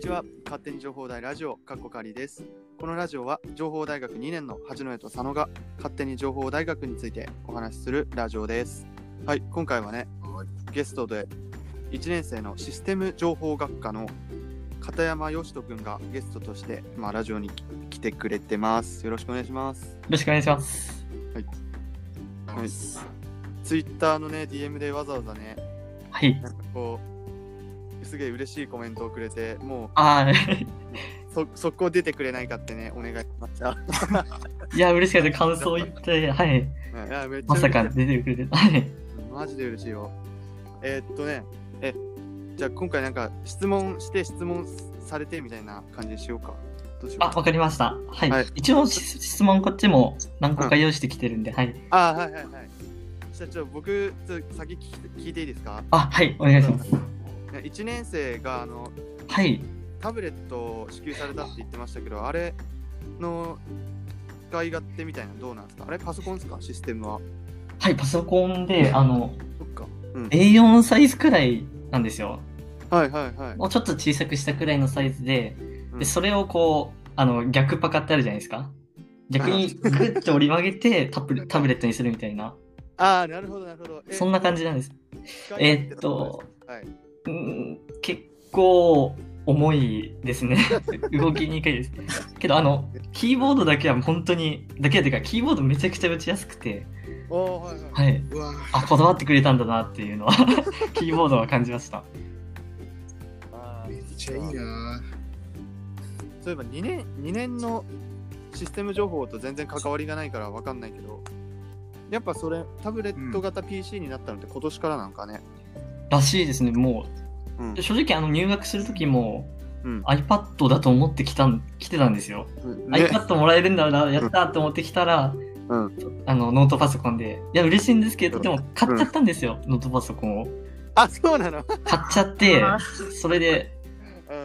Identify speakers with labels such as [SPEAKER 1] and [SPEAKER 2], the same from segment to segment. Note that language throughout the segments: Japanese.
[SPEAKER 1] ちは勝手に情報大ラジオかっこかりですこのラジオは情報大学2年の八戸と佐野が勝手に情報大学についてお話しするラジオですはい今回はね
[SPEAKER 2] はい
[SPEAKER 1] ゲストで1年生のシステム情報学科の片山義人くんがゲストとして、まあ、ラジオに来てくれてますよろしくお願いします
[SPEAKER 3] よろしくお願いします。
[SPEAKER 1] はいツイッターのね DM でわざわざね
[SPEAKER 3] はい。
[SPEAKER 1] なんかこうすげえ嬉しいコメントをくれても
[SPEAKER 3] ああ、
[SPEAKER 1] うそ速攻出てくれないかってねお願いしました
[SPEAKER 3] いや、嬉しかった。感想言って、はい。
[SPEAKER 1] いやめっちゃ
[SPEAKER 3] まさか出てくれて、はい。
[SPEAKER 1] マジで嬉しいよ。えーっとね、え、じゃあ今回なんか質問して質問されてみたいな感じにしようか。どうしよう
[SPEAKER 3] あ、わかりました。はい。
[SPEAKER 1] はい
[SPEAKER 3] 一応し質問こっちも何個か用意してきてるんで、はい。
[SPEAKER 1] あはいはいはい。じゃあちょっと僕、ちょっと先聞き聞いていいですか
[SPEAKER 3] あ、はい。お願いします。
[SPEAKER 1] ね ?1 年生があの
[SPEAKER 3] はい。
[SPEAKER 1] タブレットを支給されたって言ってましたけど、あれの使い勝手みたいなのどうなんですかあれパソコンですかシステムは。
[SPEAKER 3] はい、パソコンで、あの、
[SPEAKER 1] そっか。うん。
[SPEAKER 3] A4 サイズくらいなんですよ。
[SPEAKER 1] はいはいはい。
[SPEAKER 3] もうちょっと小さくしたくらいのサイズで、
[SPEAKER 1] うん
[SPEAKER 3] でそれをこう、あの、逆パカってあるじゃないですか。逆にグッと折り曲げてタブタブレットにするみたいな、
[SPEAKER 1] ああ、なるほどなるほど。え
[SPEAKER 3] そんな感じなんです。
[SPEAKER 1] 使い勝手
[SPEAKER 3] えーっと
[SPEAKER 1] どうですか、はい、
[SPEAKER 3] うーん結構重いですね 動きにくいですけどあのキーボードだけは本当にだけはてかキーボードめちゃくちゃ打ちやすくて
[SPEAKER 1] おーはいはい。
[SPEAKER 3] はいう
[SPEAKER 2] わ
[SPEAKER 3] あこだわってくれたんだなっていうのは キーボードは感じました
[SPEAKER 1] あー
[SPEAKER 2] めっちゃいいな
[SPEAKER 1] そういえば2年 ,2 年のシステム情報と全然関わりがないから分かんないけど、やっぱそれ、タブレット型 PC になったのって今年からなんかね。
[SPEAKER 3] らしいですねも
[SPEAKER 1] うん
[SPEAKER 3] う正直あの入学する時も
[SPEAKER 1] うん
[SPEAKER 3] iPad だと思ってきたん来てたんですよ、
[SPEAKER 1] ね
[SPEAKER 3] iPad もらえるんだなやったーと思ってきたら、
[SPEAKER 1] うん
[SPEAKER 3] あのノートパソコンでいや嬉しいんですけ
[SPEAKER 1] う
[SPEAKER 3] ど
[SPEAKER 1] ん
[SPEAKER 3] でも買っちゃったんですよ、ノートパソコンを
[SPEAKER 1] あ、そうなの、
[SPEAKER 3] 買っちゃってそれで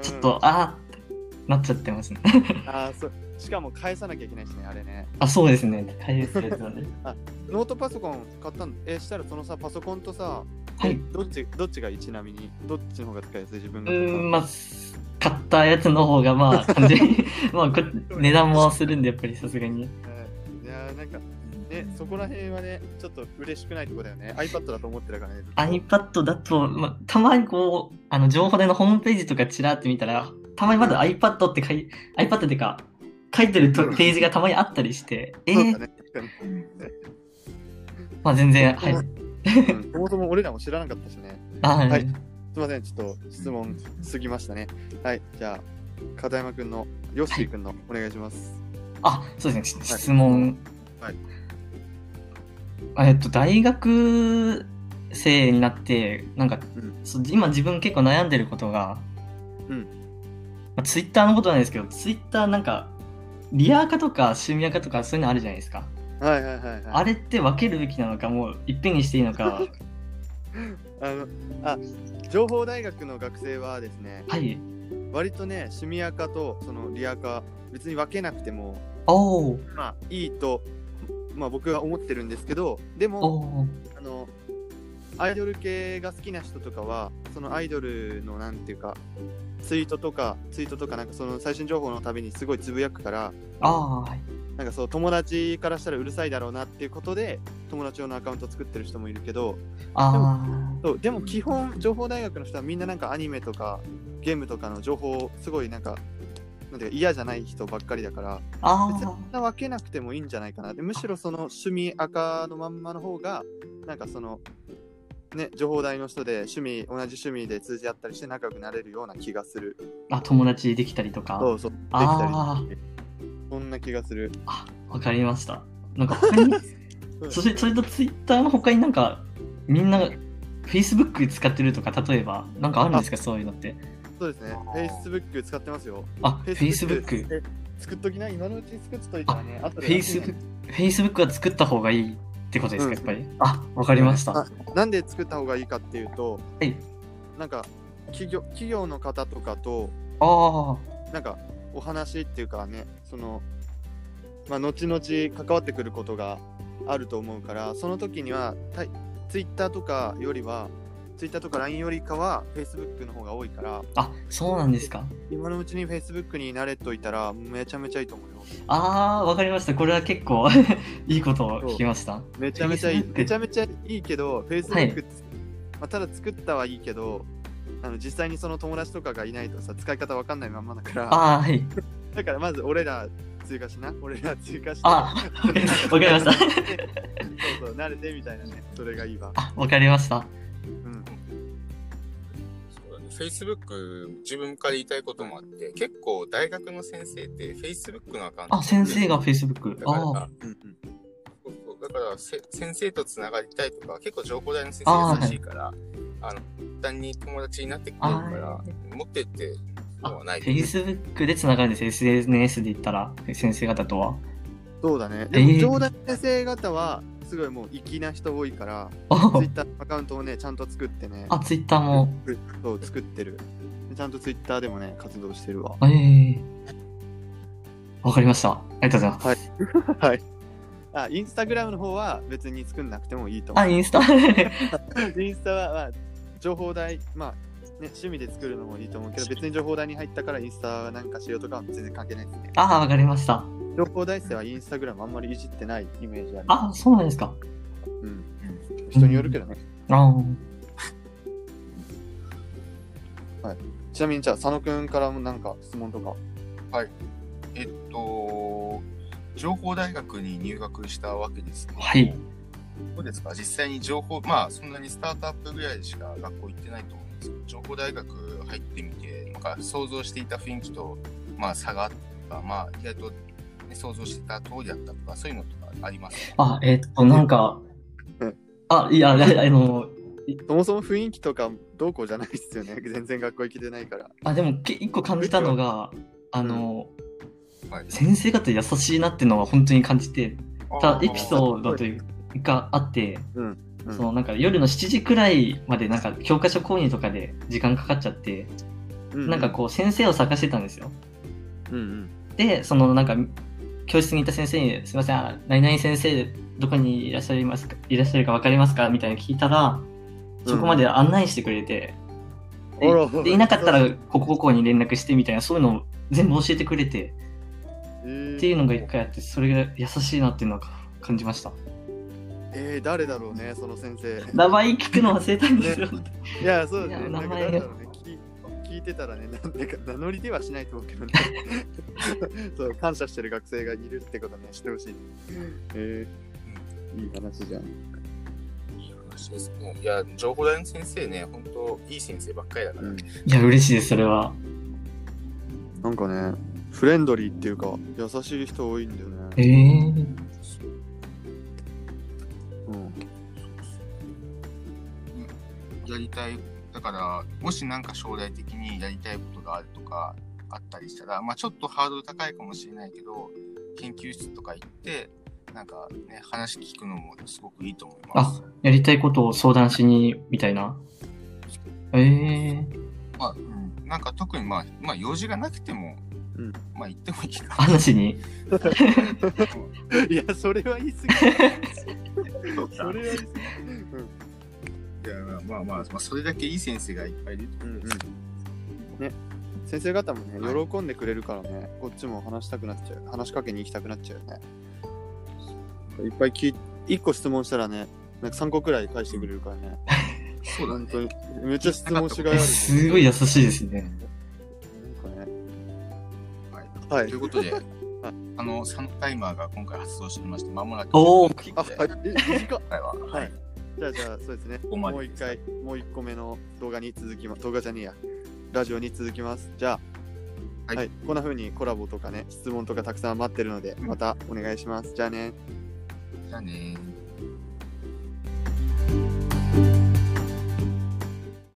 [SPEAKER 3] ちょっと、あーってなっちゃってますね。
[SPEAKER 1] うんあそう。しかも返さなきゃいけないしね、あれね。
[SPEAKER 3] あ、そうですね。大変ですね。
[SPEAKER 1] ノートパソコン買ったのえ、したらそのさ、パソコンとさ、
[SPEAKER 3] はい。う
[SPEAKER 1] どっちどっちが一ちなみに、どっちの方が使いやすい自分が買った
[SPEAKER 3] ー
[SPEAKER 1] の
[SPEAKER 3] ん、まあ、買ったやつの方が、まあ、完全に、 まあこ、値段もするんで、やっぱりさすがに。
[SPEAKER 1] うんいやーなんか、ね、そこら辺はね、ちょっと嬉しくないとこだよね。iPad だと思ってたからね。ずっと
[SPEAKER 3] iPad だと、まあ、たまにこう、あの、情報でのホームページとかちらって見たら、たまにまだ iPad って書い、iPad ってか、書いてると
[SPEAKER 1] うん
[SPEAKER 3] ページがたまにあったりして、え
[SPEAKER 1] そうだ
[SPEAKER 3] ー、
[SPEAKER 1] ね。確かに
[SPEAKER 3] まあ全然、はい。
[SPEAKER 1] うんそもそも俺らも知らなかったしね。
[SPEAKER 3] あー、
[SPEAKER 1] はいすみません、ちょっと質問すぎましたね。はい、じゃあ、片山くんの、よしーくんのお願いします。
[SPEAKER 3] あ、そうですね、質問。
[SPEAKER 1] はい
[SPEAKER 3] あえっと、大学生になって、なんか、
[SPEAKER 1] うん
[SPEAKER 3] そう今自分結構悩んでることが、
[SPEAKER 1] うん
[SPEAKER 3] まあ、ツイッターのことなんですけど、ツイッターなんか、リアー化とかシミア化とかそういうのあるじゃないですか。
[SPEAKER 1] はいはいはいはい。
[SPEAKER 3] あれって分けるべきなのか、もういっぺんにしていい のか。
[SPEAKER 1] あの、あ、情報大学の学生はですね、
[SPEAKER 3] はい。
[SPEAKER 1] 割とね、シミア化とそのリア化、別に分けなくても、
[SPEAKER 3] おー
[SPEAKER 1] まあ、いいと、まあ、僕は思ってるんですけど、でも、
[SPEAKER 3] おー
[SPEAKER 1] あの、アイドル系が好きな人とかは、そのアイドルのなんていうか、ツイートとか、ツイートとか、なんかその最新情報のたびにすごいつぶやくから、
[SPEAKER 3] あーはい。
[SPEAKER 1] なんかそう友達からしたらうるさいだろうなっていうことで友達用のアカウント作ってる人もいるけど
[SPEAKER 3] あ
[SPEAKER 1] そうでも基本情報大学の人はみんななんかアニメとかゲームとかの情報をすごいなんかなんていうか嫌じゃない人ばっかりだから
[SPEAKER 3] ーあ
[SPEAKER 1] 別に
[SPEAKER 3] ー
[SPEAKER 1] そんな分けなくてもいいんじゃないかなでむしろその趣味赤のまんまの方がなんかそのね情報大の人で趣味同じ趣味で通じ合ったりして仲良くなれるような気がする
[SPEAKER 3] あ、友達できたりとか。
[SPEAKER 1] そうそうできたり
[SPEAKER 3] あ
[SPEAKER 1] そんな気がする
[SPEAKER 3] あ、わかりました。なんか他 にそれそれとツイッターの他になんかみんな Facebook 使ってるとか例えばなんかあるんですかそういうのって
[SPEAKER 1] そうですね。Facebook 使ってますよ。
[SPEAKER 3] あ
[SPEAKER 1] Facebook
[SPEAKER 3] Facebook
[SPEAKER 1] え作っときな今のうちに作っといたらね。あと
[SPEAKER 3] Facebook Facebook は作った方がいいってことですか、
[SPEAKER 1] うん
[SPEAKER 3] やっぱりあわかりました、
[SPEAKER 1] あなんで作った方がいいかっていうと、
[SPEAKER 3] はい
[SPEAKER 1] なんか企業企業の方とかと
[SPEAKER 3] ああ
[SPEAKER 1] なんかお話っていうかね、そのまあ後々関わってくることがあると思うから、その時にはた Twitter とかよりは Twitter とか LINE よりかは Facebook の方が多いから
[SPEAKER 3] あそうなんですか
[SPEAKER 1] 今のうちに Facebook に慣れといたらめちゃめちゃいいと思うよ
[SPEAKER 3] あーわかりましたこれは結構 いいことを聞きました
[SPEAKER 1] めちゃめちゃいい
[SPEAKER 3] Facebook
[SPEAKER 1] めちゃめちゃいいけど Facebook、
[SPEAKER 3] はい
[SPEAKER 1] まあ、ただ作ったはいいけどあの実際にその友達とかがいないとさ使い方わかんないまんまだから
[SPEAKER 3] あーはい
[SPEAKER 1] だからまず俺ら追加しな俺ら追加して
[SPEAKER 3] あわかりわかりました
[SPEAKER 1] そうそう慣れてみたいなねそれがいいわ
[SPEAKER 3] あわかりました
[SPEAKER 1] うん
[SPEAKER 2] そうだね、Facebook 自分から言いたいこともあって結構大学の先生って Facebook のアカウント
[SPEAKER 3] あ先生が Facebook
[SPEAKER 2] だか
[SPEAKER 3] あ
[SPEAKER 2] ら
[SPEAKER 3] ー
[SPEAKER 1] うんうん
[SPEAKER 2] そうそうだからせ先生とつながりたいとか結構情報大の先生優しいからあ、の簡単に友達になってくれるから
[SPEAKER 3] あ
[SPEAKER 2] 持ってってのは
[SPEAKER 3] あ
[SPEAKER 2] ない、
[SPEAKER 3] Facebook でつながるんです SNS で言ったら先生方とは
[SPEAKER 1] そうだね
[SPEAKER 3] え
[SPEAKER 1] で
[SPEAKER 3] ー
[SPEAKER 1] も上達先生方はすごいもう粋な人多いから
[SPEAKER 3] あ
[SPEAKER 1] Twitter のアカウントをねちゃんと作ってね
[SPEAKER 3] あ Twitter も
[SPEAKER 1] そう作ってるでちゃんと Twitter でもね活動してるわ
[SPEAKER 3] ええわかりましたありがとうございます、
[SPEAKER 1] はいはい。あ、インスタグラムの方は別に作んなくてもいいと思
[SPEAKER 3] あインスタ は
[SPEAKER 1] う。インスタは、まあ、情報代、まあ、ね、趣味で作るのもいいと思うけど、別に情報代に入ったからインスタなんかしようとかは全然関係ないですね。
[SPEAKER 3] あーわかりました
[SPEAKER 1] 情報代生はインスタグラムあんまりいじってないイメージある。
[SPEAKER 3] あそうなんですか
[SPEAKER 1] うん。人によるけどね。
[SPEAKER 3] あー
[SPEAKER 1] ちなみにじゃあ、佐野くんからもなんか質問とか。
[SPEAKER 2] えっと情報大学に入学したわけですけど、
[SPEAKER 3] はい
[SPEAKER 2] どうですか実際に情報まあそんなにスタートアップぐらいでしか学校行ってないと思うんですけど情報大学入ってみてなんか想像していた雰囲気とまあ差があったまあ意外と、ね、想像してた通りだったとかそういうのとかありますか
[SPEAKER 3] あえっとなんか
[SPEAKER 1] うん
[SPEAKER 3] あいやいやあの
[SPEAKER 1] そもそも雰囲気とかどうこうじゃないですよね。 全然学校行けてないから。
[SPEAKER 3] あでもけ一個感じたのがあの、
[SPEAKER 2] はい
[SPEAKER 3] 先生方優しいなっていうのは本当に感じてた
[SPEAKER 2] あー
[SPEAKER 3] エピソードというかあって、
[SPEAKER 1] うんうん
[SPEAKER 3] そのなんか夜の7時くらいまでなんか教科書講義とかで時間かかっちゃって、なんかこう先生を探してたんですよ
[SPEAKER 1] う。うんうん。
[SPEAKER 3] でそのなんか教室にいた先生に「すいませんあ何々先生どこにいらっしゃいますかいらっしゃるか分かりますか?」みたいなの聞いたらそこまで案内してくれて、で
[SPEAKER 1] あら
[SPEAKER 3] でいなかったらここここに連絡してみたいなそういうのを全部教えてくれて
[SPEAKER 1] っ
[SPEAKER 3] っていうのが一回あってそれが優しいなっていうのを感じました
[SPEAKER 1] えー、誰だろうね、その先生。
[SPEAKER 3] 名前聞くの忘れたんですよ、
[SPEAKER 1] いや、そうですね。
[SPEAKER 3] いや
[SPEAKER 1] な
[SPEAKER 3] 名
[SPEAKER 1] んかな
[SPEAKER 3] 前が
[SPEAKER 1] んだろうね。聞い聞いてたらね、なんでか名乗りではしないと思うけ どね。そう、感謝してる学生がいるってことね、してほしい。えー、いい話じゃん。
[SPEAKER 2] いい話ですねいや情報大の先生ね本当いい先生ばっかりだから、
[SPEAKER 1] うん
[SPEAKER 3] いや嬉しいですそれは
[SPEAKER 1] なんかね、フレンドリーっていうか、優しい人多いんだよ
[SPEAKER 3] え
[SPEAKER 1] ね。
[SPEAKER 3] え
[SPEAKER 1] うん、
[SPEAKER 2] やりたいだからもしなんか将来的にやりたいことがあるとかあったりしたら、まあ、ちょっとハードル高いかもしれないけど研究室とか行ってなんかね話聞くのもすごくいいと思います。
[SPEAKER 3] やりたいことを相談しにみたいなええ
[SPEAKER 2] まあうん、なんか特に、まあ、まあ用事がなくても、
[SPEAKER 1] うん
[SPEAKER 2] まあ行ってもいいかな。
[SPEAKER 3] 話に
[SPEAKER 1] いや、それは言い過ぎ。それは言い過ぎ。
[SPEAKER 2] いやまあまあ、まあ、それだけいい先生がいっぱいいると
[SPEAKER 1] うんうん。ね、先生方もね、喜んでくれるからね、こっちも話したくなっちゃう。話しかけに行きたくなっちゃうよね。いっぱい聞い、一個質問したらね、なんか3個くらい返してくれるからね。
[SPEAKER 2] そうだ
[SPEAKER 1] 本
[SPEAKER 2] ね
[SPEAKER 1] 当に、めっちゃ質問しがい
[SPEAKER 3] え
[SPEAKER 1] ある、
[SPEAKER 3] すごい優しいですね
[SPEAKER 1] なんかね。
[SPEAKER 2] は
[SPEAKER 1] は
[SPEAKER 2] いとい
[SPEAKER 1] い。
[SPEAKER 2] うことで、あの、サンタイマーが今回発動してまして、まもなく、
[SPEAKER 3] おお
[SPEAKER 2] 切
[SPEAKER 1] あ、
[SPEAKER 2] っ
[SPEAKER 1] は
[SPEAKER 2] て
[SPEAKER 1] い
[SPEAKER 2] 今。
[SPEAKER 1] え、短っ。
[SPEAKER 2] 回は、
[SPEAKER 1] はいじゃあ、じゃあ、そうですね。
[SPEAKER 2] ここまで
[SPEAKER 1] もう一回、もう一個目の動画に続きます。動画じゃねえや。ラジオに続きます。じゃあ、
[SPEAKER 2] はい
[SPEAKER 1] はい。こんな風にコラボとかね、質問とかたくさん待ってるので、またお願いします。じゃあね。
[SPEAKER 2] じゃあねー。